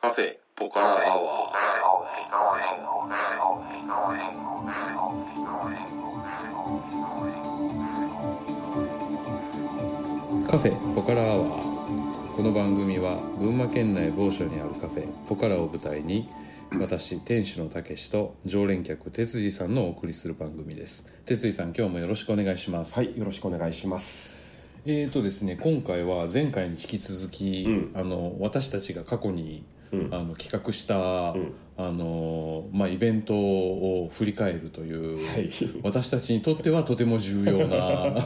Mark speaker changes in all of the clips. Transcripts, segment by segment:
Speaker 1: カフェポカラアワー
Speaker 2: カフェポカラアワーこの番組は群馬県内某所にあるカフェポカラを舞台に私店主のたけしと常連客哲司さんのお送りする番組です哲司さん今日もよろしくお願いします、
Speaker 3: はい、よろしくお願いします。
Speaker 2: えーとですね今回は前回に引き続き、
Speaker 3: うん
Speaker 2: あの私たちが過去に、
Speaker 3: うん
Speaker 2: あの企画した、
Speaker 3: ん
Speaker 2: あのまあ、イベントを振り返るという、
Speaker 3: はい
Speaker 2: 私たちにとってはとても重要 な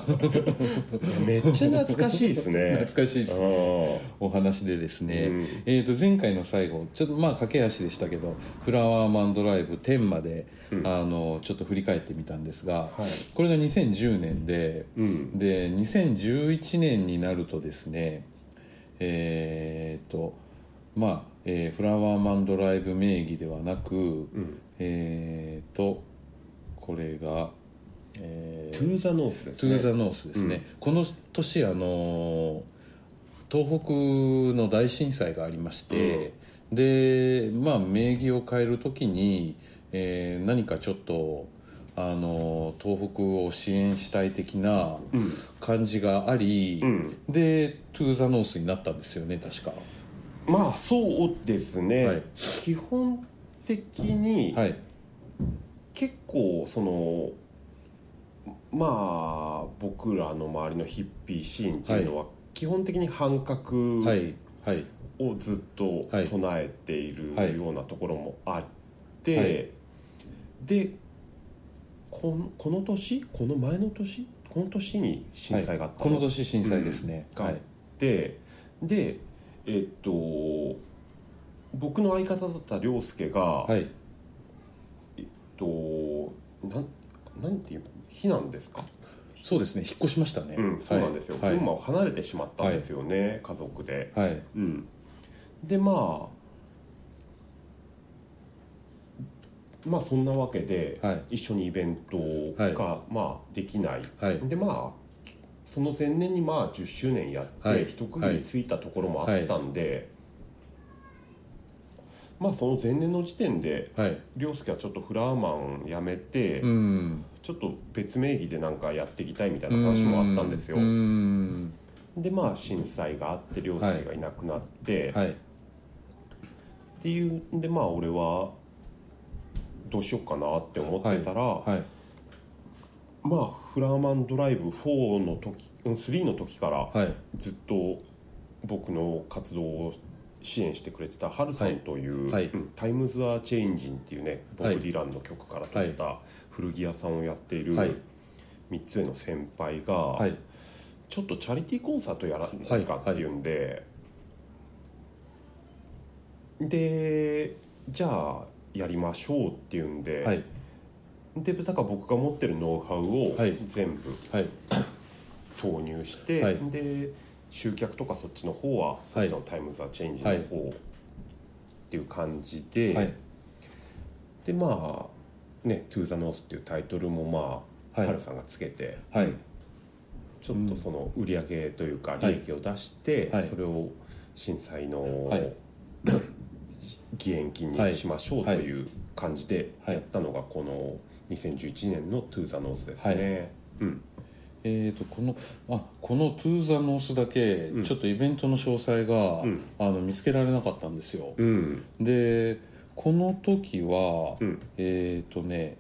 Speaker 3: めっちゃ懐かしいですね。
Speaker 2: 懐かしいです
Speaker 3: ね。
Speaker 2: お話でですね、
Speaker 3: うん
Speaker 2: えー、と前回の最後ちょっとまあ駆け足でしたけど「フラワーマンドライブ10」まで、あのちょっと振り返ってみたんですが、
Speaker 3: はい
Speaker 2: これが2010年で、
Speaker 3: うん
Speaker 2: で2011年になるとですねえっ、とまあ、えーフラワーマンドライブ」名義ではなく、えっ、とこれがえー
Speaker 3: トゥーザノースです
Speaker 2: ト
Speaker 3: ね。
Speaker 2: ゥーザノースですね、この年あの東北の大震災がありまして、でまあ名義を変える時に、えー何かちょっとあの東北を支援したい的な感じがあり、
Speaker 3: うん
Speaker 2: でトゥーザノースになったんですよね確か
Speaker 3: まあそうですね。
Speaker 2: はい
Speaker 3: 基本的に、
Speaker 2: はい
Speaker 3: 結構そのまあ僕らの周りのヒッピーシーンっていうのは、基本的に反核
Speaker 2: はいはい
Speaker 3: をずっと
Speaker 2: はい
Speaker 3: 唱えてい
Speaker 2: はい
Speaker 3: るようなところもあって、
Speaker 2: はい
Speaker 3: でこのこの年この前の年この年に震災があった
Speaker 2: この年震災ですね、
Speaker 3: うん
Speaker 2: は
Speaker 3: が
Speaker 2: い
Speaker 3: ででえっと僕の相方だった涼介が、
Speaker 2: はい
Speaker 3: となんなんていう避難ですか
Speaker 2: そうですね引っ越しましたね、
Speaker 3: うん、そうなんですよ、
Speaker 2: はい、
Speaker 3: 群馬を離れてしまったんですよね、家族で。
Speaker 2: はい
Speaker 3: うん、でまあまあそんなわけで
Speaker 2: はい
Speaker 3: 一緒にイベントが、まあ、できない、
Speaker 2: はい
Speaker 3: でまあその前年にまあ10周年やって、
Speaker 2: はい
Speaker 3: 一区切りついたところもあったんで、まあその前年の時点で
Speaker 2: はい
Speaker 3: 凌介はちょっとフラーマン辞めて、
Speaker 2: うん
Speaker 3: ちょっと別名義でなんかやっていきたいみたいな話もあったんですよ
Speaker 2: う。ん
Speaker 3: でまあ震災があって凌介がいなくなって、
Speaker 2: はい
Speaker 3: っていうんでまあ俺はどうしよっかなって思ってたら、
Speaker 2: はい
Speaker 3: まあフラーマンドライブ4の時うん3の時から
Speaker 2: はい
Speaker 3: ずっと僕の活動を支援してくれてたハルさんという「
Speaker 2: はいはい
Speaker 3: うんタイムズ・アー・チェインジン」っていうねボ
Speaker 2: はい
Speaker 3: ブ・ディランの曲から取った古着屋さんをやっている
Speaker 2: はい
Speaker 3: 3つ目の先輩が、
Speaker 2: はい
Speaker 3: ちょっとチャリティーコンサートやらないかっていうんで、でじゃあやりましょうっていうんで、
Speaker 2: はい
Speaker 3: でだから僕が持ってるノウハウを
Speaker 2: はい
Speaker 3: 全部
Speaker 2: はい
Speaker 3: 投入して、
Speaker 2: はい
Speaker 3: で集客とかそっちの方はそっちのタイムズ・ア・チェンジの方、
Speaker 2: はい
Speaker 3: っていう感じで、
Speaker 2: はい
Speaker 3: でまあね「トゥ・ザ・ノース」っていうタイトルもまあ、
Speaker 2: はい
Speaker 3: ハルさんがつけて。
Speaker 2: はい
Speaker 3: ちょっとその売り上げというか
Speaker 2: ん
Speaker 3: 利益を出して、
Speaker 2: はい
Speaker 3: それを震災の、
Speaker 2: はい
Speaker 3: 義援金
Speaker 2: はい
Speaker 3: にしましょうという感じで
Speaker 2: はい
Speaker 3: やったのがこの2011年の「トゥーザノースですね。うん
Speaker 2: えー、とこのあこの「トゥーザノース」だけ、
Speaker 3: うん
Speaker 2: ちょっとイベントの詳細が、
Speaker 3: うん
Speaker 2: あの見つけられなかったんですよ、
Speaker 3: うん
Speaker 2: でこの時は、
Speaker 3: うん
Speaker 2: えっ、とね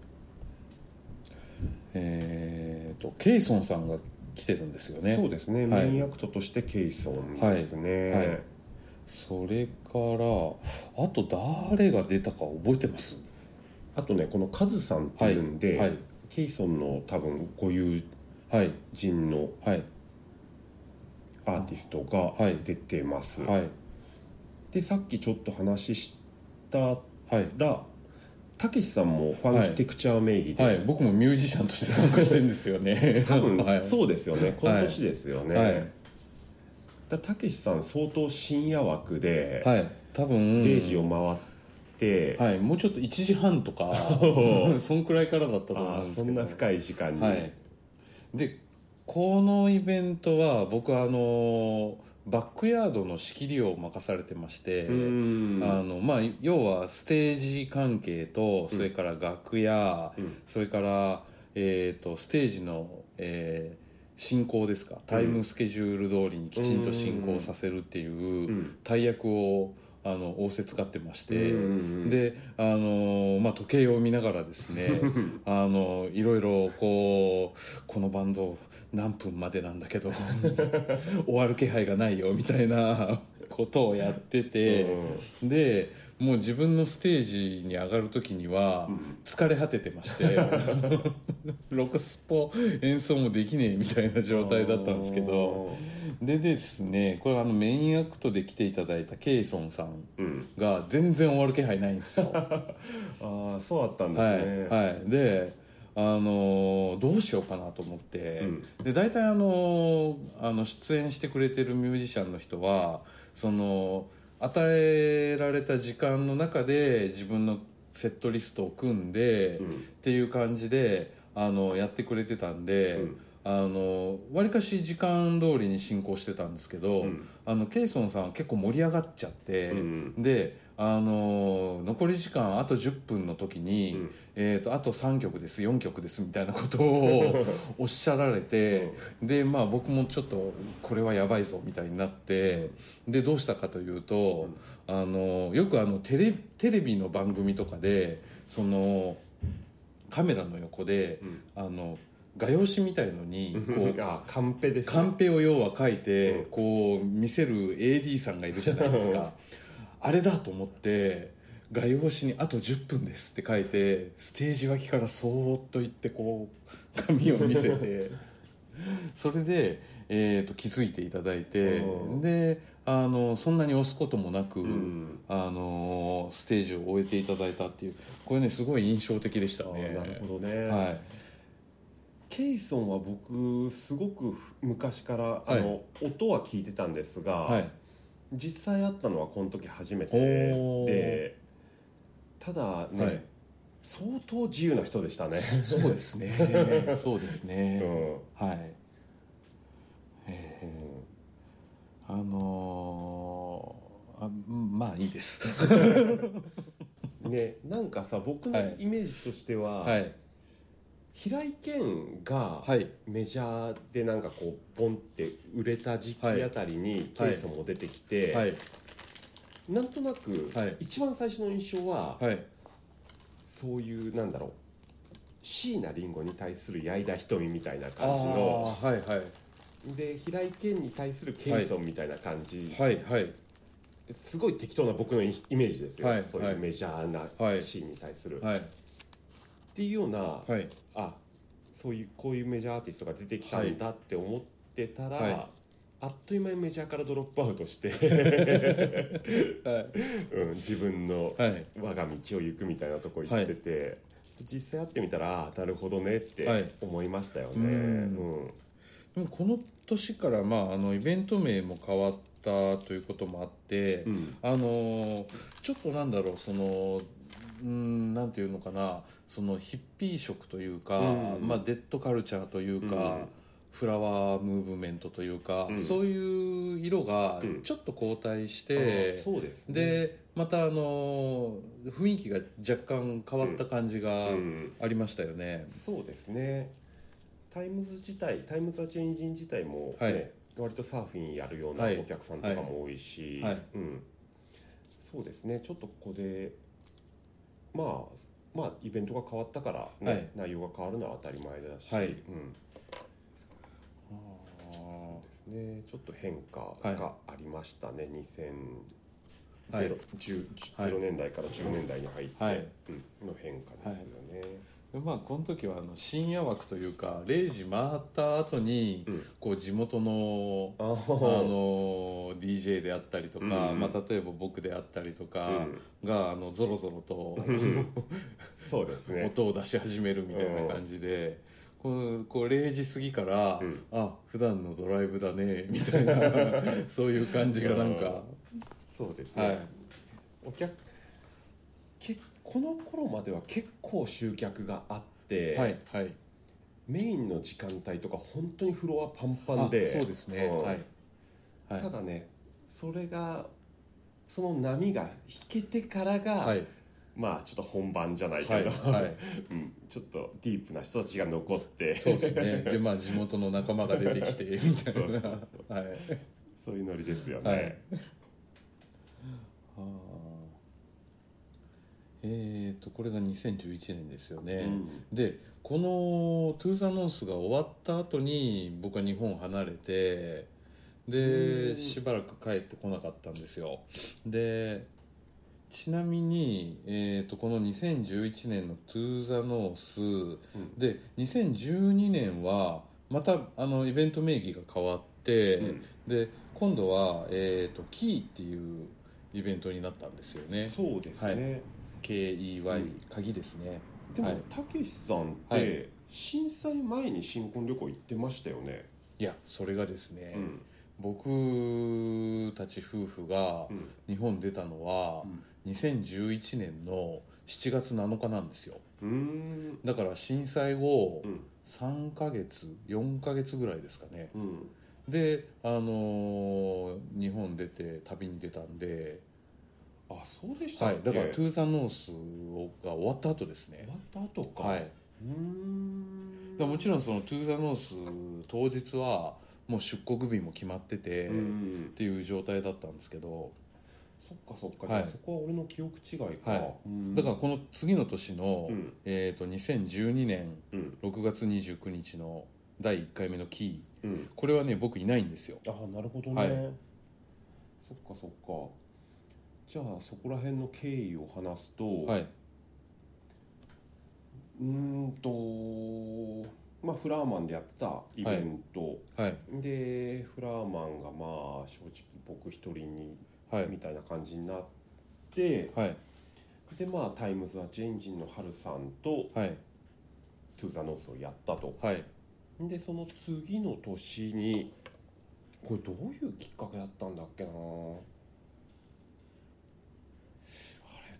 Speaker 2: えっ、とケイソンさんが来てるんですよね
Speaker 3: そうですね、
Speaker 2: はい
Speaker 3: メインアクトとしてケイソンですね、
Speaker 2: はいはいそれからあと誰が出たか覚えてます
Speaker 3: あとねこのカズさんっていうんで、
Speaker 2: はい
Speaker 3: ケイソンの多分ご友
Speaker 2: はい
Speaker 3: 人の
Speaker 2: はい
Speaker 3: アーティストが
Speaker 2: はい
Speaker 3: 出てます、
Speaker 2: はい
Speaker 3: でさっきちょっと話した
Speaker 2: はい
Speaker 3: らたけしさんもファンキテクチャー名義で、
Speaker 2: はい、僕もミュージシャンとして参加してるんですよね
Speaker 3: 多分、
Speaker 2: はい、
Speaker 3: そうですよねこの年ですよね、
Speaker 2: はい
Speaker 3: だたけしさん相当深夜枠で、
Speaker 2: はい、多分
Speaker 3: 0時を回って、
Speaker 2: はい、もうちょっと1時半とか そんくらいからだったと
Speaker 3: あ
Speaker 2: 思
Speaker 3: あ
Speaker 2: うんで
Speaker 3: そ
Speaker 2: すけ
Speaker 3: ん
Speaker 2: ど
Speaker 3: な深い時間に、
Speaker 2: はいでこのイベントは僕はあのーバックヤードの仕切りを任されてまして、
Speaker 3: うん
Speaker 2: あのまあ、要はステージ関係とそれから楽屋、
Speaker 3: うん
Speaker 2: それから、えー、とステージの、えー進行ですかタイムスケジュール通りにきちんと進行させるっていう
Speaker 3: うん
Speaker 2: 大役をあの仰せ使ってまして、
Speaker 3: うん
Speaker 2: であのーまあ、時計を見ながらです ねあのいろいろこうこのバンド何分までなんだけ ど終わる気配がないよみたいなことをやってて、でもう自分のステージに上がる時には疲れ果ててまして ロクスポ演奏もできねえみたいな状態だったんですけどでですねこれあのメインアクトで来ていただいたケイソンさん
Speaker 3: うん
Speaker 2: が全然終わる気配ないんですよ。
Speaker 3: ああそうだったん
Speaker 2: は
Speaker 3: です
Speaker 2: い
Speaker 3: ね
Speaker 2: はい、で、あのーどうしようかなと思って、
Speaker 3: うん
Speaker 2: で大体、あのーあの出演してくれてるミュージシャンの人はその与えられた時間の中で自分のセットリストを組んで、
Speaker 3: う
Speaker 2: っ
Speaker 3: ん
Speaker 2: ていう感じであのやってくれてたんで。
Speaker 3: うん
Speaker 2: あのわりかし時間通りに進行してたんですけど、
Speaker 3: うん
Speaker 2: あのケイソンさんは結構盛り上がっちゃって、
Speaker 3: うん
Speaker 2: で、あのー残り時間あと10分の時に、
Speaker 3: うん
Speaker 2: えー、とあと3曲です4曲ですみたいなこと をおっしゃられて、でまあ僕もちょっとこれはやばいぞみたいになって、でどうしたかというと、あのよくあのテレテレビの番組とかでそのカメラの横で、
Speaker 3: うん
Speaker 2: あの画用紙みたいのにこう
Speaker 3: あカンペですね
Speaker 2: カンペを要は書いて、
Speaker 3: うん
Speaker 2: こう見せる AD さんがいるじゃないですかあれだと思って画用紙に「あと10分です」って書いてステージ脇からそーっと行ってこう紙を見せ てそれで、えー、と気づいていただいて
Speaker 3: うん
Speaker 2: であのそんなに押すこともなく、
Speaker 3: うん
Speaker 2: あのステージを終えていただいたっていうこれねすごい印象的でした
Speaker 3: あ
Speaker 2: ね。
Speaker 3: ーなるほどね、
Speaker 2: はい
Speaker 3: ケイソンは僕すごく昔からあ
Speaker 2: い
Speaker 3: の、音は聞いてたんですが、
Speaker 2: はい
Speaker 3: 実際会ったのはこの時初めて
Speaker 2: おー
Speaker 3: でただね、
Speaker 2: はい
Speaker 3: 相当自由な人でしたね、
Speaker 2: そうですねそうです
Speaker 3: う
Speaker 2: ね、
Speaker 3: ん
Speaker 2: はい、えーあのーあうんまあいいです
Speaker 3: うんね、なんかさ僕
Speaker 2: は
Speaker 3: の
Speaker 2: い
Speaker 3: イメージとしては、
Speaker 2: はい
Speaker 3: 平井堅が
Speaker 2: はい
Speaker 3: メジャーでなんかこうボンって売れた時期あたりに
Speaker 2: はい
Speaker 3: ケイソンも出てきて、
Speaker 2: はい
Speaker 3: なんとなく、
Speaker 2: はい
Speaker 3: 一番最初の印象は、
Speaker 2: はい
Speaker 3: そういうなんだろう椎名林檎に対する矢井田瞳みたいな
Speaker 2: あ
Speaker 3: 感じの
Speaker 2: あはいはい
Speaker 3: で平井堅に対するケイソンみたいな感じ、
Speaker 2: はいはい
Speaker 3: すごい適当な僕のイイメージですよ、
Speaker 2: はい
Speaker 3: そういうメジャーな
Speaker 2: はい
Speaker 3: シーンに対する、
Speaker 2: はい
Speaker 3: っていうような、
Speaker 2: はい
Speaker 3: あそういうこういうメジャーアーティストが出てきたんだって思ってたら、
Speaker 2: はい
Speaker 3: あっという間にメジャーからドロップアウトして、
Speaker 2: はい
Speaker 3: うん、自分の
Speaker 2: はい
Speaker 3: 我が道を行くみたいなとこ行ってて、実際会ってみたらあなるほどねっ
Speaker 2: は
Speaker 3: て
Speaker 2: い
Speaker 3: 思いましたよね。
Speaker 2: うん
Speaker 3: うん
Speaker 2: でもこの年からまああのイベント名も変わったということもあって、
Speaker 3: うん
Speaker 2: あのーちょっとなんだろうそのうーんなんていうのかなそのヒッピー色というか、
Speaker 3: うん
Speaker 2: まあ、デッドカルチャーというか、
Speaker 3: うん
Speaker 2: フラワームーブメントというか、
Speaker 3: うん
Speaker 2: そういう色が
Speaker 3: うん
Speaker 2: ちょっと後退し
Speaker 3: あー
Speaker 2: て、
Speaker 3: そうですね
Speaker 2: でまたあのー雰囲気が若干変わった感じが
Speaker 3: うん
Speaker 2: ありましたよね。
Speaker 3: そうですねタイムズ自体タイムズ・ザ・チェンジン自体も、ね
Speaker 2: はい
Speaker 3: 割とサーフィンやるような
Speaker 2: はい
Speaker 3: お客さんとかも多いし、
Speaker 2: はいはい
Speaker 3: うん、そうですねちょっとここでまあまあイベントが変わったから、ね
Speaker 2: はい
Speaker 3: 内容が変わるのは当たり前だし、
Speaker 2: はい
Speaker 3: うん、そうですねちょっと変化がありましたね、
Speaker 2: は
Speaker 3: 2000、
Speaker 2: い
Speaker 3: 0 10
Speaker 2: はい
Speaker 3: 0年代から10年代に入って、
Speaker 2: はい
Speaker 3: うんの変化ですよね。
Speaker 2: でまあこの時はあの深夜枠というか0時回った後に、
Speaker 3: うん
Speaker 2: こう地元の
Speaker 3: あ
Speaker 2: あの DJ であったりとか、
Speaker 3: うんうん
Speaker 2: まあ、例えば僕であったりとか
Speaker 3: うん
Speaker 2: が、あのぞろぞろ と
Speaker 3: そうですね。
Speaker 2: 音を出し始めるみたいな感じで、こうこう0時過ぎから、
Speaker 3: うん
Speaker 2: あ普段のドライブだねみたい なそういう感じがなんか、
Speaker 3: そうですね。
Speaker 2: はい、
Speaker 3: お客けこの頃までは結構集客があって、
Speaker 2: はいはい
Speaker 3: メインの時間帯とか本当にフロアパンパ
Speaker 2: あ
Speaker 3: ンで、
Speaker 2: そうですね、
Speaker 3: うん
Speaker 2: はい、はい
Speaker 3: ただねそれがその波が引けてからが、
Speaker 2: はい
Speaker 3: まあちょっと本番じゃない
Speaker 2: は
Speaker 3: け
Speaker 2: い
Speaker 3: ど、
Speaker 2: はい
Speaker 3: うん、ちょっとディープな人たちが残って
Speaker 2: そうですねでまあ地元の仲間が出てきてみたい
Speaker 3: そう
Speaker 2: な
Speaker 3: そう
Speaker 2: はい
Speaker 3: そういうノリですよね、
Speaker 2: はいあーえー、とこれが2011年ですよ
Speaker 3: う
Speaker 2: ね、
Speaker 3: ん
Speaker 2: でこの「トゥーザノース」が終わった後に僕は日本を離れて
Speaker 3: う
Speaker 2: で
Speaker 3: ん
Speaker 2: しばらく帰ってこなかったんですよでちなみに、えー、とこの2011年の「トゥーザノース」
Speaker 3: うん
Speaker 2: で2012年はまたあのイベント名義が変わって、
Speaker 3: うん
Speaker 2: で今度は、えー、とキーっていうイベントになったんですよね
Speaker 3: そうですね、
Speaker 2: KEY、
Speaker 3: うん
Speaker 2: 鍵ですね
Speaker 3: で
Speaker 2: は
Speaker 3: も
Speaker 2: い
Speaker 3: たけしさんっ
Speaker 2: はい
Speaker 3: て震災前に新婚旅行行ってましたよね、
Speaker 2: いやそれがですね、
Speaker 3: うん
Speaker 2: 僕たち夫婦が
Speaker 3: うん
Speaker 2: 日本出たのは2011年の7月7日なんですよ
Speaker 3: うーん
Speaker 2: だから震災後
Speaker 3: うん
Speaker 2: 3ヶ月4ヶ月ぐらいですかね
Speaker 3: うん
Speaker 2: であのー日本出て旅に出たんで、
Speaker 3: あそうでした
Speaker 2: は
Speaker 3: っ
Speaker 2: い、
Speaker 3: け、
Speaker 2: だから「トゥーザノースを」が終わった後です
Speaker 3: 終
Speaker 2: ね
Speaker 3: わった後か、
Speaker 2: はいう
Speaker 3: ーん
Speaker 2: だからもちろんその「トゥーザノース」当日はもう出国日も決まってて、
Speaker 3: う
Speaker 2: っ
Speaker 3: ん
Speaker 2: ていう状態だったんですけど
Speaker 3: そっかそっか、
Speaker 2: はい
Speaker 3: じゃあそこは俺の記憶違いか、
Speaker 2: はい
Speaker 3: うん
Speaker 2: だからこの次の年の、
Speaker 3: うん
Speaker 2: えー、と2012年
Speaker 3: うん
Speaker 2: 6月29日の第1回目のキー
Speaker 3: うん
Speaker 2: これはね僕いないんですよ
Speaker 3: ああなるほどね、
Speaker 2: はい
Speaker 3: そっかそっかじゃあそこら辺の経緯を話すと、
Speaker 2: はい、
Speaker 3: うーんとまあフラーマンでやってたイベント、
Speaker 2: はい
Speaker 3: でフラーマンがまあ正直僕一人に
Speaker 2: はい
Speaker 3: みたいな感じになって、
Speaker 2: はい
Speaker 3: でまあタイムズはチェンジンのハルさんと
Speaker 2: はい
Speaker 3: トゥーザノースをやったと
Speaker 2: はい
Speaker 3: でその次の年にこれどういうきっかけだったんだっけなあれ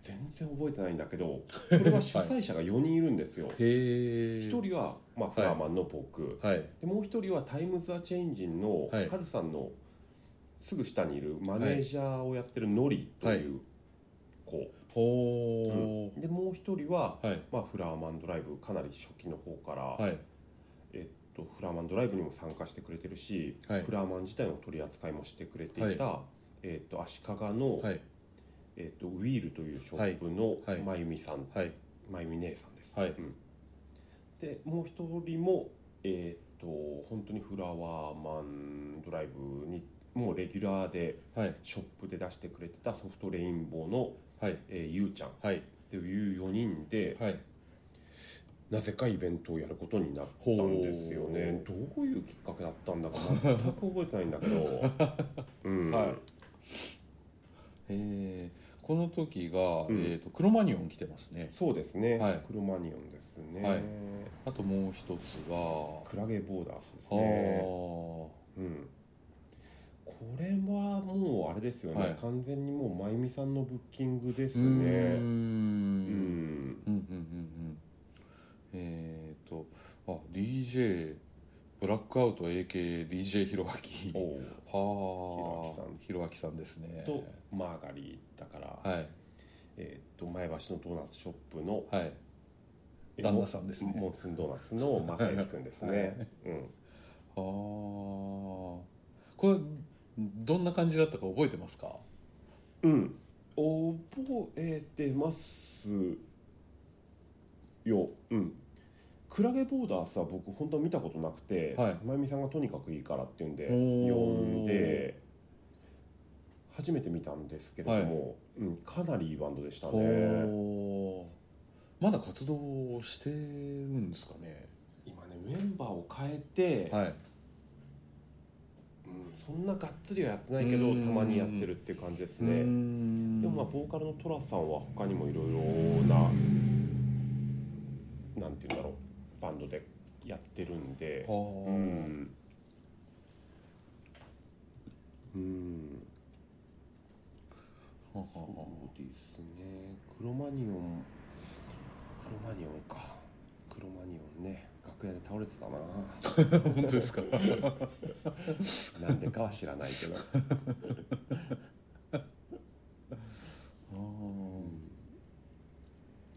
Speaker 3: 全然覚えてないんだけどこれは主催者が4人いるんです よ、
Speaker 2: へえ
Speaker 3: 一人は、まあ、フラーマンの僕、
Speaker 2: はい
Speaker 3: でもう一人はタイムズ・ア・チェンジンの
Speaker 2: はい
Speaker 3: ハルさんのすぐ下にいるマネージャーをやってるノリという子、
Speaker 2: ほー
Speaker 3: でもう一人は、
Speaker 2: はい
Speaker 3: まあ、フラーマンドライブかなり初期の方から、
Speaker 2: はい
Speaker 3: えっと、フラーマンドライブにも参加してくれてるし、
Speaker 2: はい
Speaker 3: フラーマン自体の取り扱いもしてくれていた、えっと、足利の、
Speaker 2: はい
Speaker 3: えっと、ウィールというショップの
Speaker 2: はいはい
Speaker 3: まゆみさん
Speaker 2: はい
Speaker 3: まゆみ姉さんです、
Speaker 2: はい
Speaker 3: うんでもう一人もえーっと本当にフラワーマンドライブにもうレギュラーで
Speaker 2: はい
Speaker 3: ショップで出してくれてたソフトレインボーの、
Speaker 2: はい
Speaker 3: えーゆうちゃんっ
Speaker 2: はい
Speaker 3: ていう4人で
Speaker 2: はい
Speaker 3: なぜかイベントをやることになったんですよねどういうきっかけだったんだか全く覚えてないんだけ ど、うん
Speaker 2: はいえーこの時が、
Speaker 3: うん
Speaker 2: えー、とクロマニオン来てますね
Speaker 3: そうですね、
Speaker 2: はい
Speaker 3: クロマニオンですね、
Speaker 2: はいあともう一つが
Speaker 3: クラゲボーダースです
Speaker 2: あ
Speaker 3: ね
Speaker 2: ー
Speaker 3: うんこれはもうあれですよね、
Speaker 2: はい
Speaker 3: 完全にもうまゆみさんのブッキングです
Speaker 2: うーん
Speaker 3: ねうん
Speaker 2: うんうんうんうんえっ、とあ DJ ブラックアウト AKDJ ひろあきは
Speaker 3: おう
Speaker 2: あ
Speaker 3: ひろあきさん
Speaker 2: ひろあきさんですね
Speaker 3: とマーガリーだから、
Speaker 2: はい
Speaker 3: えー、と前橋のドーナツショップの
Speaker 2: はい
Speaker 3: え
Speaker 2: 旦那さんですね
Speaker 3: モンスンドーナツの正幸くんですね、うん、
Speaker 2: ああこれどんな感じだったか覚えてますか
Speaker 3: うん、覚えてますよ、うん、クラゲボーダーさ僕本当は見たことなくて、
Speaker 2: はい
Speaker 3: まゆみさんがとにかくいいからって言うんで
Speaker 2: おー
Speaker 3: 呼んで初めて見たんですけれども、うん、かなりいいバンドでしたね
Speaker 2: ほうまだ活動してるんですかね
Speaker 3: 今ねメンバーを変えて、
Speaker 2: はい
Speaker 3: うん、そんながっつりはやってないけど
Speaker 2: うん
Speaker 3: たまにやってるっていう感じです
Speaker 2: うー
Speaker 3: ね
Speaker 2: ん
Speaker 3: でもまあボーカルのトラさんは他にもいろいろななんて言うんだろうバンドでやってるんで
Speaker 2: は
Speaker 3: う
Speaker 2: あ、
Speaker 3: んうん
Speaker 2: はあはあは
Speaker 3: そうですねクロマニオンクロマニオンかクロマニオンね楽屋で倒れてたな
Speaker 2: 本当ですか
Speaker 3: なんでかは知らない けど、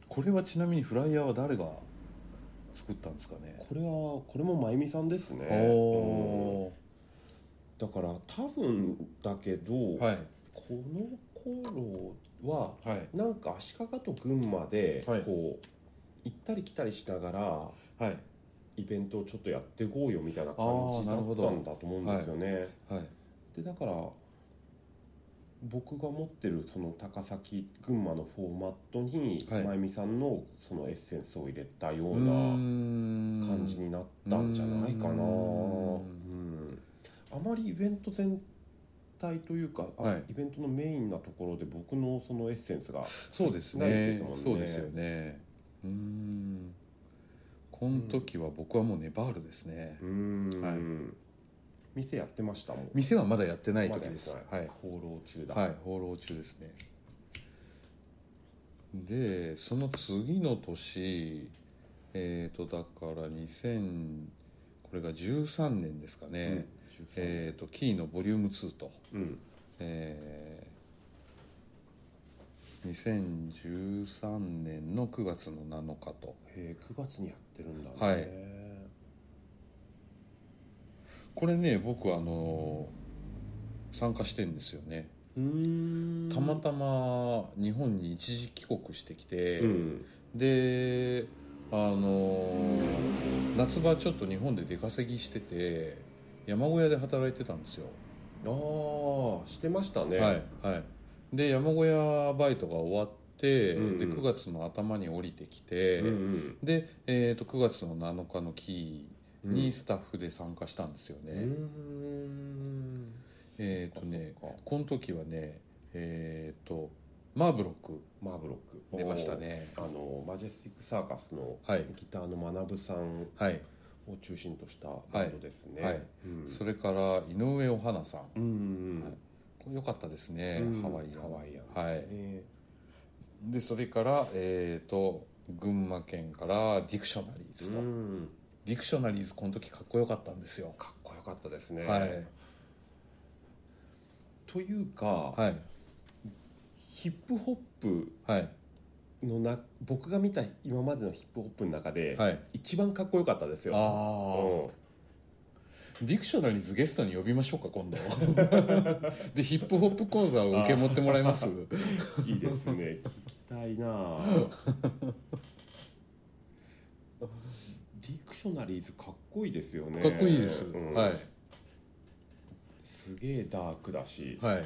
Speaker 2: これはちなみにフライヤーは誰が作ったんですかね
Speaker 3: これはこれもまゆみさんですね、うん
Speaker 2: お
Speaker 3: だから多分だけど、
Speaker 2: ーはい
Speaker 3: この頃は
Speaker 2: はい
Speaker 3: なんか足利と群馬でこう、
Speaker 2: はい
Speaker 3: 行ったり来たりしながら
Speaker 2: はい
Speaker 3: イベントをちょっとやっていこうよみたいな感
Speaker 2: あー
Speaker 3: じだ
Speaker 2: なるほ
Speaker 3: っ
Speaker 2: ど
Speaker 3: たんだと思うんですよね。
Speaker 2: はい
Speaker 3: でだから僕が持ってるその高崎群馬のフォーマットに、
Speaker 2: はい
Speaker 3: まゆみさんのそのエッセンスを入れたような
Speaker 2: 感
Speaker 3: 感じになったんじゃないかな。
Speaker 2: う
Speaker 3: うんんあまりイベント全体というか、あ
Speaker 2: はい
Speaker 3: イベントのメインなところで僕のそのエッセンスが
Speaker 2: そうです
Speaker 3: 慣れ
Speaker 2: ね
Speaker 3: てますも
Speaker 2: そう
Speaker 3: んね
Speaker 2: ですよねうーんこの時は僕はもうネパールですね、
Speaker 3: うーん、
Speaker 2: はい
Speaker 3: 店やってましたもん
Speaker 2: 店はまだやってない時です
Speaker 3: まだ
Speaker 2: は
Speaker 3: やっ
Speaker 2: い
Speaker 3: てない放浪中だ、
Speaker 2: はい放浪中ですねでその次の年えっ、とだから2000これが13年ですか
Speaker 3: うん
Speaker 2: ね、
Speaker 3: 13
Speaker 2: えっ、とキーのボリューム2と
Speaker 3: うん
Speaker 2: えー2013年の9月の7日と
Speaker 3: へえ9月にやってるんだね、
Speaker 2: はいこれね僕あのー参加してんですよね
Speaker 3: うーん
Speaker 2: たまたま日本に一時帰国してきて、
Speaker 3: うん
Speaker 2: であのー夏場ちょっと日本で出稼ぎしてて山小屋で働いてたんですよ、
Speaker 3: ああしてましたね、
Speaker 2: はいはいで山小屋バイトが終わって、
Speaker 3: うんうん
Speaker 2: で9月の頭に降りてきて、
Speaker 3: うんうん
Speaker 2: で、えー、と9月の7日のキ
Speaker 3: う
Speaker 2: ー
Speaker 3: ん
Speaker 2: にスタッフで参加したんですよね、
Speaker 3: うーん
Speaker 2: えっ、とね
Speaker 3: そっか
Speaker 2: この時はねえっ、とマーブロック
Speaker 3: マーブロック
Speaker 2: 出ましたね
Speaker 3: あのマジェスティックサーカスの
Speaker 2: はい
Speaker 3: ギターの学さん
Speaker 2: はい、
Speaker 3: を中心としたバンドですね、
Speaker 2: はいはい
Speaker 3: うん、
Speaker 2: それから井上お花さん
Speaker 3: うんうん
Speaker 2: はいこれ良かったですね、
Speaker 3: うん
Speaker 2: ハワイアン
Speaker 3: ハワイアン
Speaker 2: はい
Speaker 3: ね
Speaker 2: でそれからえっ、と群馬県からディクショナリーズ
Speaker 3: う
Speaker 2: と、
Speaker 3: ん
Speaker 2: ディクショナリーズこの時かっこよかったんですよ、
Speaker 3: かっこよかったですね、
Speaker 2: はい
Speaker 3: というか、
Speaker 2: はい
Speaker 3: ヒップホップ
Speaker 2: はい
Speaker 3: のな僕が見た今までのヒップホップの中で、
Speaker 2: はい
Speaker 3: 一番かっこよかったですよ
Speaker 2: ああ、
Speaker 3: うん
Speaker 2: ディクショナリーズゲストに呼びましょうか今 度でヒップホップ講座を受け持ってもらいます
Speaker 3: い いですね聞きたいなあディクショナリーズかっこいいですよね
Speaker 2: かっこいいです、
Speaker 3: うん
Speaker 2: はい
Speaker 3: すげえダークだし、
Speaker 2: はい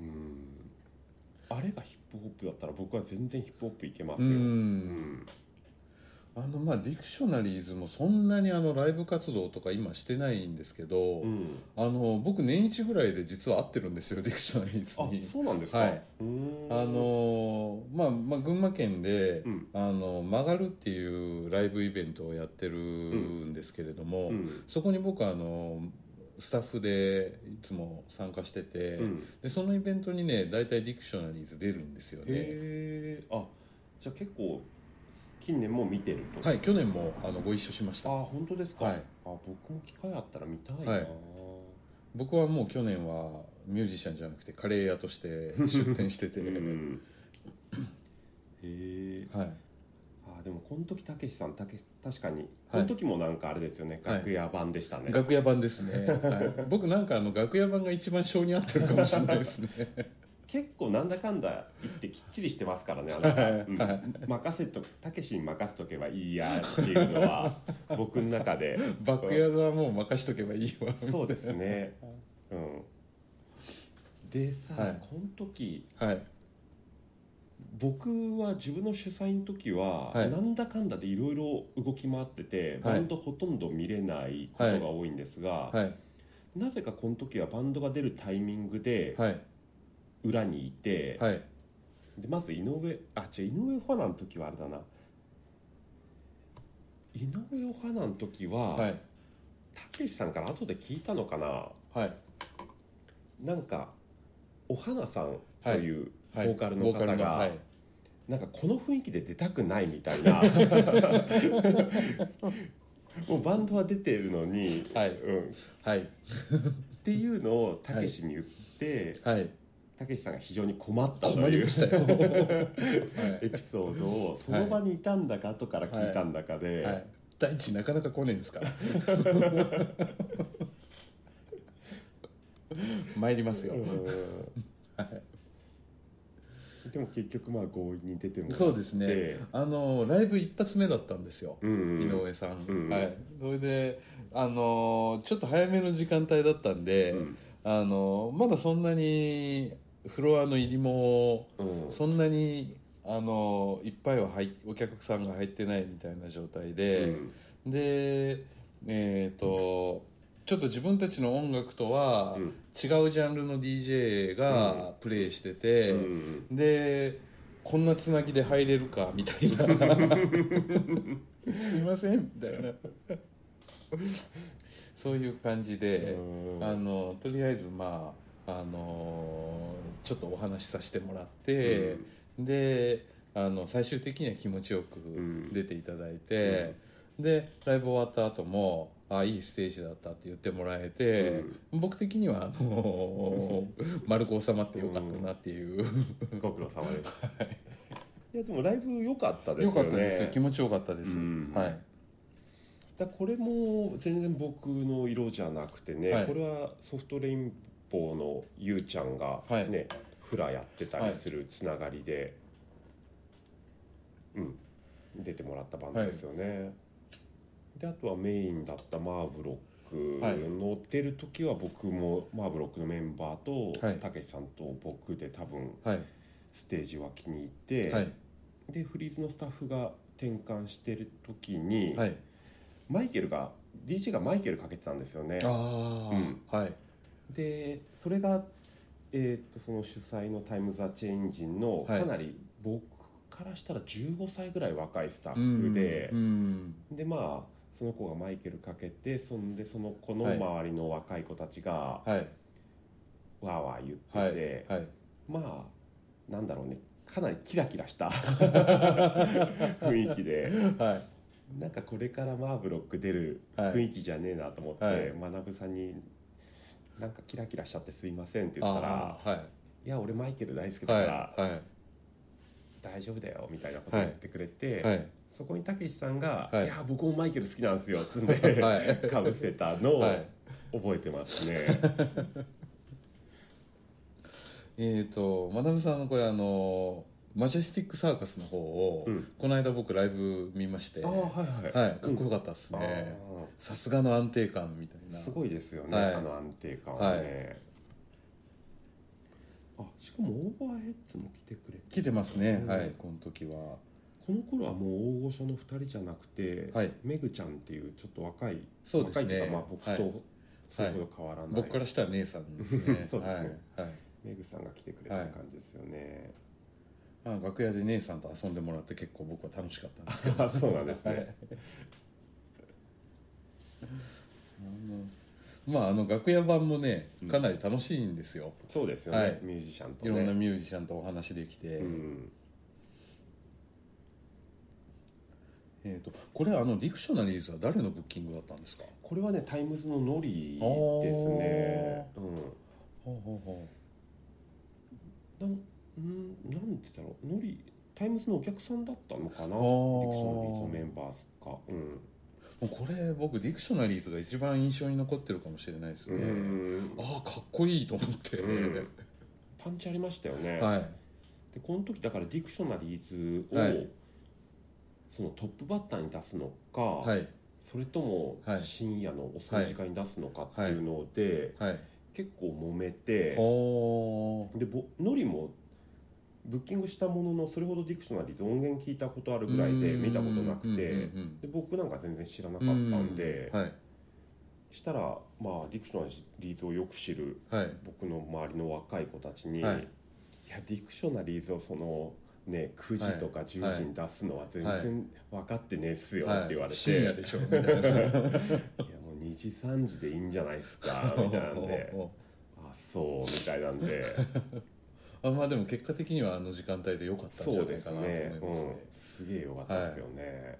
Speaker 3: うんあれがヒップホップだったら僕は全然ヒップホップいけます
Speaker 2: う
Speaker 3: よ、
Speaker 2: ん
Speaker 3: ん
Speaker 2: あのまあディクショナリーズもそんなにあのライブ活動とか今してないんですけど、
Speaker 3: うん
Speaker 2: あの僕年一ぐらいで実は会ってるんですよディクショナリーズ
Speaker 3: あ
Speaker 2: に
Speaker 3: そうなんですか、
Speaker 2: はいう
Speaker 3: ーん
Speaker 2: あのーまあ、まあ群馬県で、
Speaker 3: うん
Speaker 2: あの曲がるっていうライブイベントをやってるんですけれども、
Speaker 3: うん
Speaker 2: そこに僕はあのスタッフでいつも参加してて、
Speaker 3: うん
Speaker 2: でそのイベントにね大体ディクショナリーズ出るんですよね
Speaker 3: へえあじゃあ結構近年も見てると
Speaker 2: はい去年もあのご一緒しまし
Speaker 3: あ
Speaker 2: た
Speaker 3: 本当ですか、
Speaker 2: はい
Speaker 3: あ僕も機会あったら見たいな、
Speaker 2: はい僕はもう去年はミュージシャンじゃなくてカレー屋と して出店してて、
Speaker 3: うんへえ
Speaker 2: はい
Speaker 3: あでもこの時たけしさんたけ確かに
Speaker 2: い
Speaker 3: この時もなんかあれですよね、
Speaker 2: はい
Speaker 3: 楽屋版でしたね、
Speaker 2: 楽屋版ですね、はい、僕なんかあの楽屋版が一番性に合ってるかもしれないですね
Speaker 3: 結構なんだかんだ言ってきっちりしてま すからねあ
Speaker 2: はい
Speaker 3: なた、うん、任せとたけしに任せとけばいいやっていうのは僕の中で
Speaker 2: バックヤードはもう任しとけばいいわ
Speaker 3: そうです ねうんでさ、
Speaker 2: はい
Speaker 3: この時
Speaker 2: はい
Speaker 3: 僕は自分の主催の時は、
Speaker 2: はい
Speaker 3: なんだかんだでいろいろ動き回ってて
Speaker 2: はい
Speaker 3: バンドほとんど見れないことが多いんですが、
Speaker 2: はい
Speaker 3: なぜかこの時はバンドが出るタイミングで
Speaker 2: はい
Speaker 3: 裏にいて、
Speaker 2: はい
Speaker 3: でまず井上あ違う井上ファナの時はあれだな井上ファナの時
Speaker 2: は
Speaker 3: はいたけしさんから後で聞いたのかな
Speaker 2: はい
Speaker 3: なんかお花さんというボーカルの
Speaker 2: ボー
Speaker 3: 方
Speaker 2: カルの
Speaker 3: が、
Speaker 2: はい
Speaker 3: なんかこの雰囲気で出たくないみ たいなもうバンドは出てるのに、
Speaker 2: はい
Speaker 3: うん、っ
Speaker 2: はい
Speaker 3: ていうのをたけしに言って
Speaker 2: はい
Speaker 3: たけしさんが非常に困ったと
Speaker 2: 困り
Speaker 3: い
Speaker 2: ま
Speaker 3: う
Speaker 2: したよ
Speaker 3: エピソードをその場にいたんだか後から聞いたんだか
Speaker 2: はい、
Speaker 3: で、
Speaker 2: はい、大地なかなか来ねえんですから 参りますよ、
Speaker 3: はい、でも結局まあ強引に出てもらって
Speaker 2: そうですねあのライブ一発目だったんですよ、
Speaker 3: うんうん、
Speaker 2: 井上さん、
Speaker 3: うん
Speaker 2: はいそれであのちょっと早めの時間帯だったんで、
Speaker 3: うん
Speaker 2: あのまだそんなにフロアの入りも
Speaker 3: うん
Speaker 2: そんなにあのいっぱいは入っお客さんが入ってないみたいな状態で、でえっ、とちょっと自分たちの音楽とは
Speaker 3: うんうん
Speaker 2: 違うジャンルの DJ がプレイしてて、
Speaker 3: うん
Speaker 2: でこんなつなぎで入れるかみたいなすいませんみたいなそういう感じで、
Speaker 3: うん
Speaker 2: あのとりあえずまああのちょっとお話しさせてもらって、であの最終的には気持ちよく
Speaker 3: ん
Speaker 2: 出ていただいて、でライブ終わった後もあいいステージだったって言ってもらえて、僕的にはあの 丸く収まってよかったなっていう、
Speaker 3: ご苦労様でした、い、やでもライブ良かったです
Speaker 2: よ
Speaker 3: よ
Speaker 2: か
Speaker 3: ね
Speaker 2: ったですよ気持ちよかったです、
Speaker 3: うん
Speaker 2: はい
Speaker 3: だこれも全然僕の色じゃなくてね、
Speaker 2: はい
Speaker 3: これはソフトレインボーのゆうちゃんがね、
Speaker 2: はい
Speaker 3: フラやってたりするつながりで、うん出てもらったバンドですよね、であとはメインだったマーブロック
Speaker 2: はい
Speaker 3: の出る時は僕もマーブロックのメンバーと
Speaker 2: はい
Speaker 3: たけしさんと僕で多分
Speaker 2: はい
Speaker 3: ステージ脇にいて、
Speaker 2: はい
Speaker 3: でフリーズのスタッフが転換してる時に、
Speaker 2: はい
Speaker 3: マイケルが DJ がマイケルかけてたんですよね
Speaker 2: ああ、
Speaker 3: うん
Speaker 2: はい
Speaker 3: でそれが、えーっとその主催のタイム・ザ・チェンジンの
Speaker 2: はい
Speaker 3: かなり僕からしたら15歳ぐらい若いスタ
Speaker 2: う
Speaker 3: ッフ
Speaker 2: ん
Speaker 3: で
Speaker 2: う、ん
Speaker 3: でまあその子がマイケルかけてそんでその子の
Speaker 2: はい
Speaker 3: 周りの若い子たちがわ
Speaker 2: はい
Speaker 3: ーわー言ってて、
Speaker 2: はいはい
Speaker 3: まあなんだろうねかなりキラキラし た雰囲気で
Speaker 2: はい
Speaker 3: なんかこれからマーブロック出る
Speaker 2: はい
Speaker 3: 雰囲気じゃねえなと思って、
Speaker 2: はい
Speaker 3: まなぶさんに「なんかキラキラしちゃってすいません」って言ったら
Speaker 2: ああはい
Speaker 3: 「いや俺マイケル大好きだ
Speaker 2: は
Speaker 3: か
Speaker 2: い
Speaker 3: ら
Speaker 2: は
Speaker 3: 大丈夫だよ」みたいなこと言ってくれて、
Speaker 2: いはい
Speaker 3: そこにたけしさんが「
Speaker 2: はい
Speaker 3: い、や僕もマイケル好きなんですよ」っつんで、
Speaker 2: はい
Speaker 3: かぶせたのを
Speaker 2: はい
Speaker 3: 覚えてますね。
Speaker 2: えっ、とまなぶさんのこれあのマジェスティックサーカスの方を、
Speaker 3: うん
Speaker 2: この間僕ライブ見まして
Speaker 3: あーはいはい
Speaker 2: はいかっこよかったです
Speaker 3: うん
Speaker 2: ね
Speaker 3: あー
Speaker 2: さすがの安定感みたいな
Speaker 3: すごいですよね、
Speaker 2: はい
Speaker 3: あの安定感はね、あしかもオーバーヘッズも来てくれて
Speaker 2: 来てますね、
Speaker 3: うん
Speaker 2: はいこの時は
Speaker 3: この頃はもう大御所の2人じゃなくて、
Speaker 2: はい
Speaker 3: めぐちゃんっていうちょっと若い
Speaker 2: そうですね
Speaker 3: 若いっていうかまあ僕
Speaker 2: はい
Speaker 3: とそれほど変わらない、
Speaker 2: 僕からしたら姉さんですね
Speaker 3: そうですね
Speaker 2: はい、はい
Speaker 3: めぐさんが来てくれた感じですよね、
Speaker 2: まあ、楽屋で姉さんと遊んでもらって結構僕は楽しかったんですけど
Speaker 3: あそうなんですね
Speaker 2: はい あのまああの楽屋版もねかなり楽しいんですよ、
Speaker 3: そうですよね、
Speaker 2: はい
Speaker 3: ミュージシャンと
Speaker 2: いろんな
Speaker 3: ね
Speaker 2: ミュージシャンとお話できて、
Speaker 3: うん
Speaker 2: えー、とこれあのディクショナリーズは誰のブッキングだったんですか
Speaker 3: これはねタイムズのノリですねうん
Speaker 2: ほうほうほ
Speaker 3: なんうんなんでだろうノリタイムズのお客さんだったのかなデ
Speaker 2: あー
Speaker 3: ィクショナリーズのメンバーズかうん
Speaker 2: うもうこれ僕ディクショナリーズが一番印象に残ってるかもしれないですね、
Speaker 3: うん
Speaker 2: ああかっこいいと思って、
Speaker 3: うんパンチありましたよね、
Speaker 2: はい
Speaker 3: でこの時だからディクショナリーズを、
Speaker 2: はい
Speaker 3: そのトップバッターに出すのか、
Speaker 2: はい
Speaker 3: それとも
Speaker 2: はい
Speaker 3: 深夜の遅い時間に出すのかっていうので、
Speaker 2: はい
Speaker 3: 結構揉めて
Speaker 2: おお
Speaker 3: でぼノリもブッキングしたもののそれほどディクショナリーズ音源聞いたことあるぐらいで見たことなくてで僕なんか全然知らなかったんで
Speaker 2: はい
Speaker 3: したらまあディクショナリーズをよく知る
Speaker 2: はい
Speaker 3: 僕の周りの若い子たちに、
Speaker 2: はい
Speaker 3: い、やディクショナリーズをそのね9時とか10時に出すのは全
Speaker 2: はい
Speaker 3: 然分かってねえっすよって言われて、
Speaker 2: 深夜でしょみたい な
Speaker 3: いやもう2時3時 でいいんじゃないですかみたいなんであそうみたいなんで
Speaker 2: あまあでも結果的にはあの時間帯で良かったんじ
Speaker 3: そ
Speaker 2: ゃ
Speaker 3: う
Speaker 2: な
Speaker 3: で
Speaker 2: い
Speaker 3: す
Speaker 2: かなと思い
Speaker 3: ね
Speaker 2: ますね
Speaker 3: うん、すげえよかったですよね、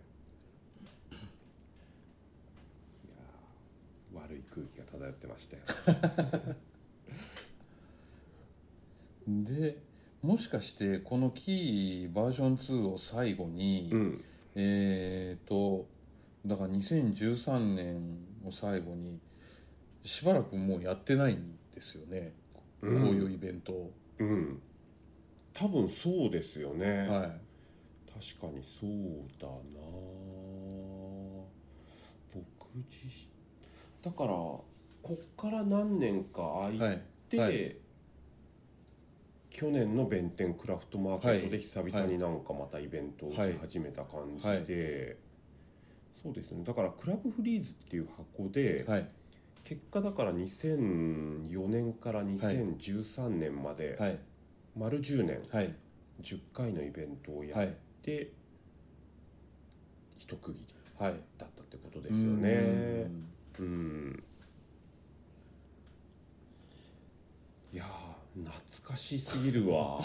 Speaker 3: い、やー悪い空気が漂ってましたよ
Speaker 2: でもしかしてこのキーバージョン2を最後に、
Speaker 3: うん
Speaker 2: えーとだから2013年を最後にしばらくもうやってないんですよね、
Speaker 3: うん
Speaker 2: こういうイベントを
Speaker 3: うん多分そうですよね、
Speaker 2: はい
Speaker 3: 確かにそうだな僕自身だからこっから何年か空
Speaker 2: はいい
Speaker 3: て、
Speaker 2: はい
Speaker 3: 去年の弁天クラフトマーケットで久々になんかまたイベントを
Speaker 2: はい
Speaker 3: し始めた感じで、
Speaker 2: はい
Speaker 3: そうですねだからクラブフリーズっていう箱で、
Speaker 2: はい
Speaker 3: 結果だから2004年から2013年まで、
Speaker 2: はい
Speaker 3: 丸10年
Speaker 2: はい
Speaker 3: 10回のイベントをや
Speaker 2: は
Speaker 3: っ
Speaker 2: い
Speaker 3: て、一区切り
Speaker 2: はい
Speaker 3: だったってことですよ
Speaker 2: う
Speaker 3: ね
Speaker 2: ん
Speaker 3: うんいやー懐かしすぎる わ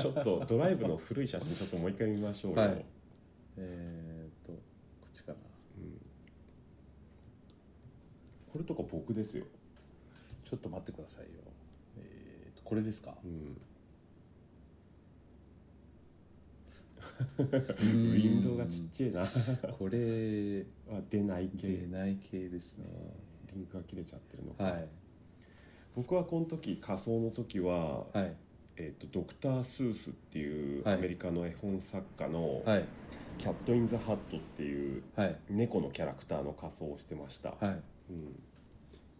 Speaker 3: ちょっとドライブの古い写真ちょっともう一回見ましょうよ、
Speaker 2: はいえーとこっちかな
Speaker 3: うんこれとか僕ですよ、
Speaker 2: ちょっと待ってくださいよえーとこれですか
Speaker 3: うん、
Speaker 2: ウ
Speaker 3: ウィンドウがちっちゃいなあ
Speaker 2: これ
Speaker 3: 出ない系
Speaker 2: 出ない系ですね
Speaker 3: リンクが切れちゃってるのか、
Speaker 2: はい
Speaker 3: 僕はこの時仮装の時は、
Speaker 2: はい
Speaker 3: えっとドクター・スースっていう
Speaker 2: はい
Speaker 3: アメリカの絵本作家の
Speaker 2: はい
Speaker 3: キャット・イン・ザ・ハットっていう
Speaker 2: はい
Speaker 3: 猫のキャラクターの仮装をしてました、
Speaker 2: はい
Speaker 3: うん、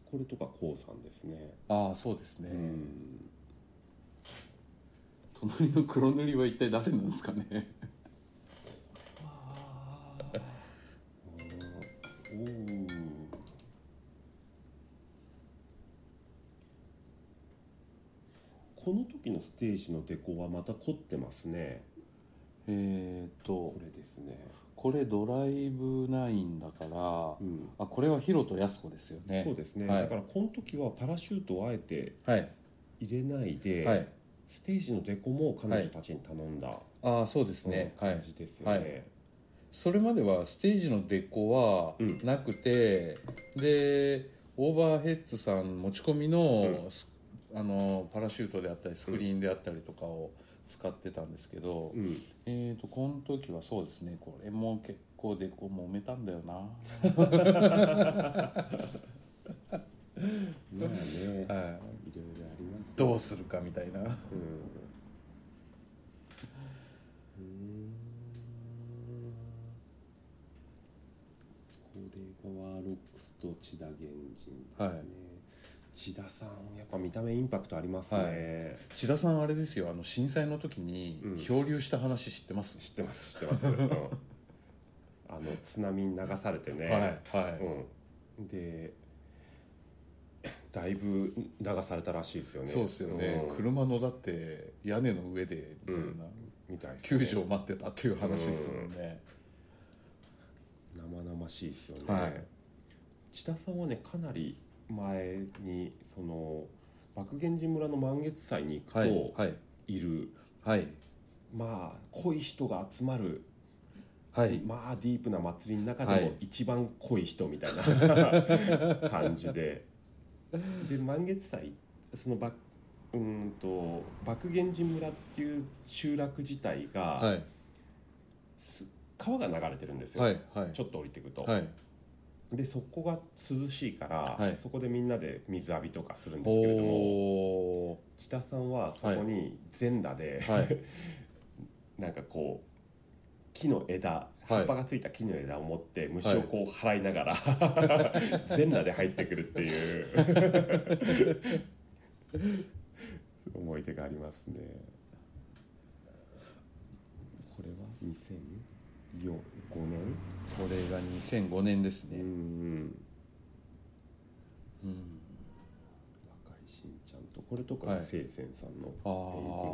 Speaker 3: これとかこうさんですね、
Speaker 2: ああそうですね、
Speaker 3: うん
Speaker 2: 隣の黒塗りは一体誰なんですかね
Speaker 3: おーこの時のステージのデコはまた凝ってますね
Speaker 2: えっと
Speaker 3: これですね
Speaker 2: これドライブナインだから
Speaker 3: うん
Speaker 2: あこれはヒロとヤスコですよね
Speaker 3: そうですね、
Speaker 2: はい
Speaker 3: だからこの時はパラシュートをあえて
Speaker 2: はい
Speaker 3: 入れないで、
Speaker 2: はい
Speaker 3: ステージのデコも彼女たちに頼んだ、
Speaker 2: ああそうです
Speaker 3: うん
Speaker 2: ね、は
Speaker 3: 感
Speaker 2: い
Speaker 3: じですよね、
Speaker 2: それまではステージのデコ
Speaker 3: う
Speaker 2: は
Speaker 3: ん
Speaker 2: なくて、でオーバーヘッズさん持ち込みの,ス、あのパラシュートであったりスクリーンであったりとかを使ってたんですけど、
Speaker 3: うん
Speaker 2: えー、とこの時はそうですねこれも結構デコ揉めたんだよな
Speaker 3: まあね、
Speaker 2: はい
Speaker 3: ろいろありますね
Speaker 2: どうするかみたいな
Speaker 3: うんうーんこれがワーロックスと千田源人ですね、
Speaker 2: はい
Speaker 3: 千田さんやっぱ見た目インパクトありますね、
Speaker 2: 千田さんあれですよあの震災の時に
Speaker 3: うん
Speaker 2: 漂流した話知ってます、
Speaker 3: 知ってます知ってます、うん、あの津波に流されてね、
Speaker 2: はいはい、
Speaker 3: うん、でだいぶ流されたらしいですよね
Speaker 2: そうですよね、
Speaker 3: うん
Speaker 2: 車のだって屋根の上でみたいな、
Speaker 3: みたいですね
Speaker 2: 救助を待ってたっていう話ですもんね、
Speaker 3: 生々しいですよね、
Speaker 2: はい
Speaker 3: 千田さんはねかなり前にその爆源寺村の満月祭に行く
Speaker 2: はい
Speaker 3: と
Speaker 2: はい
Speaker 3: いる、
Speaker 2: はい
Speaker 3: まあ濃い人が集まる、
Speaker 2: はい
Speaker 3: まあディープな祭りの中で
Speaker 2: は
Speaker 3: も
Speaker 2: い
Speaker 3: 一番濃い人みたいな、 感じでで満月祭その爆うーんと爆源寺村っていう集落自体が、
Speaker 2: はい
Speaker 3: す川が流れてるんですよ、
Speaker 2: はいはい
Speaker 3: ちょっと降りてくと、
Speaker 2: はい
Speaker 3: でそこが涼しいから、
Speaker 2: はい
Speaker 3: そこでみんなで水浴びとかするんですけれども
Speaker 2: おー
Speaker 3: 千田さんはそこに全裸で、
Speaker 2: はい
Speaker 3: なんかこう木の枝
Speaker 2: はい
Speaker 3: 葉っぱがついた木の枝を持って虫をこう払いなが ら、全裸で入ってくるっていう思い出がありますねこれは2004 5年
Speaker 2: これが2005年です
Speaker 3: う
Speaker 2: ね、
Speaker 3: ん
Speaker 2: うん
Speaker 3: 若いしんちゃんとこれとかがせいせんさんの
Speaker 2: あ
Speaker 3: ペインティ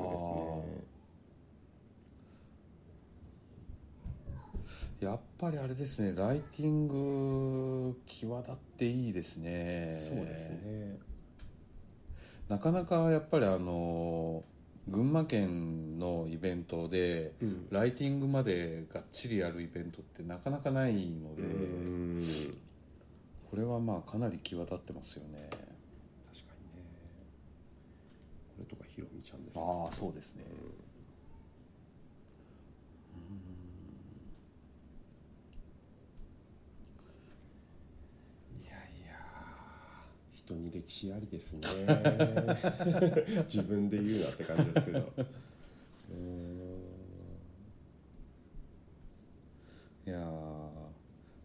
Speaker 2: ー
Speaker 3: ングですね、
Speaker 2: やっぱりあれですねライティング際立っていいですね
Speaker 3: そうですね
Speaker 2: なかなかやっぱりあの群馬県のイベントで
Speaker 3: うん
Speaker 2: ライティングまでがっちりやるイベントってなかなかないの
Speaker 3: う
Speaker 2: で、
Speaker 3: ん
Speaker 2: これはまあかなり際立ってますよね
Speaker 3: 確かにねこれとかひろみちゃんですね
Speaker 2: ああそうですね
Speaker 3: いやいや人に歴史ありですね 自分で言うなって感じですけどうーん
Speaker 2: いやー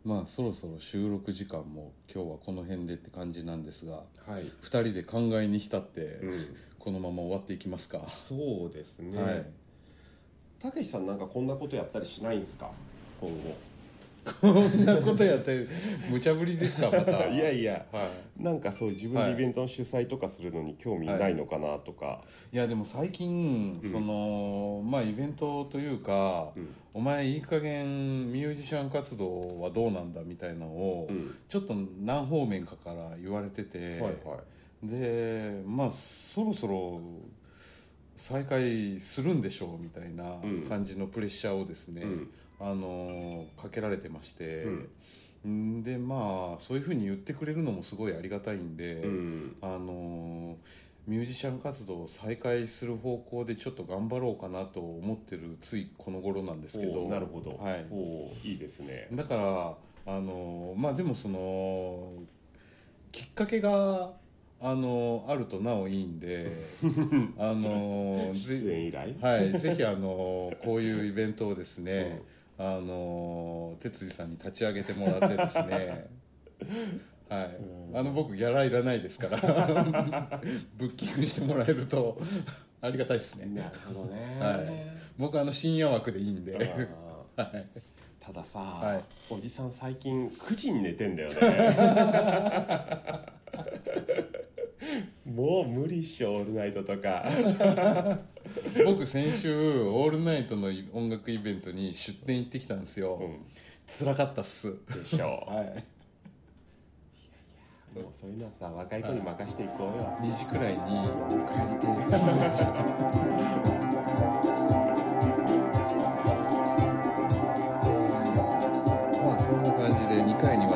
Speaker 2: まあそろそろ収録時間も今日はこの辺でって感じなんですが
Speaker 3: はい、
Speaker 2: 2人で考えに浸って
Speaker 3: うん、
Speaker 2: このまま終わっていきますか、
Speaker 3: そうですね、
Speaker 2: はい
Speaker 3: たけしさんなんかこんなことやったりしないんですか今後
Speaker 2: こんなことやって無茶ぶりですかまた
Speaker 3: いやいや
Speaker 2: はい
Speaker 3: なんかそういう自分
Speaker 2: は
Speaker 3: で
Speaker 2: い
Speaker 3: イベントの主催とかするのに興味ないのかなとか、
Speaker 2: いやでも最近、
Speaker 3: うん
Speaker 2: そのまあイベントというか、
Speaker 3: うん
Speaker 2: お前いい加減ミュージシャン活動はどうなんだみたいなのを、
Speaker 3: うん
Speaker 2: ちょっと何方面かから言われてて、
Speaker 3: はいはい
Speaker 2: でまあそろそろ再開するんでしょうみたいな
Speaker 3: うん
Speaker 2: 感じのプレッシャーをですね、
Speaker 3: うん
Speaker 2: あのかけられてまして、
Speaker 3: うん
Speaker 2: んでまあそういうふうに言ってくれるのもすごいありがたいんで。
Speaker 3: うん
Speaker 2: あのーミュージシャン活動を再開する方向でちょっと頑張ろうかなと思ってるついこの頃なんですけど
Speaker 3: おーなるほど、
Speaker 2: はい
Speaker 3: おーいいですね
Speaker 2: だからあのーまあでもそのきっかけがあのーあるとなおいいん であのー
Speaker 3: 出
Speaker 2: ぜ
Speaker 3: 演以来
Speaker 2: はい、ぜひあのーこういうイベントをですね、あのー哲司さんに立ち上げてもらってですねはい
Speaker 3: うん
Speaker 2: あの僕ギャラいらないですからブッキングしてもらえるとありがたいですね
Speaker 3: なるほどね
Speaker 2: はい僕あの深夜枠でいいんで
Speaker 3: あーたださ、
Speaker 2: はい
Speaker 3: おじさん最近9時に寝てんだ よねもう無理っしょオールナイトとか
Speaker 2: 僕先週オールナイトの音楽イベントに出店行ってきたんですよ、
Speaker 3: うん
Speaker 2: 辛かったっす
Speaker 3: でしょう、
Speaker 2: はい
Speaker 3: もうそういうのはさ若い子に任していこうよ、
Speaker 2: 2時くらいにお帰りでーまあそんな感じで2回にわ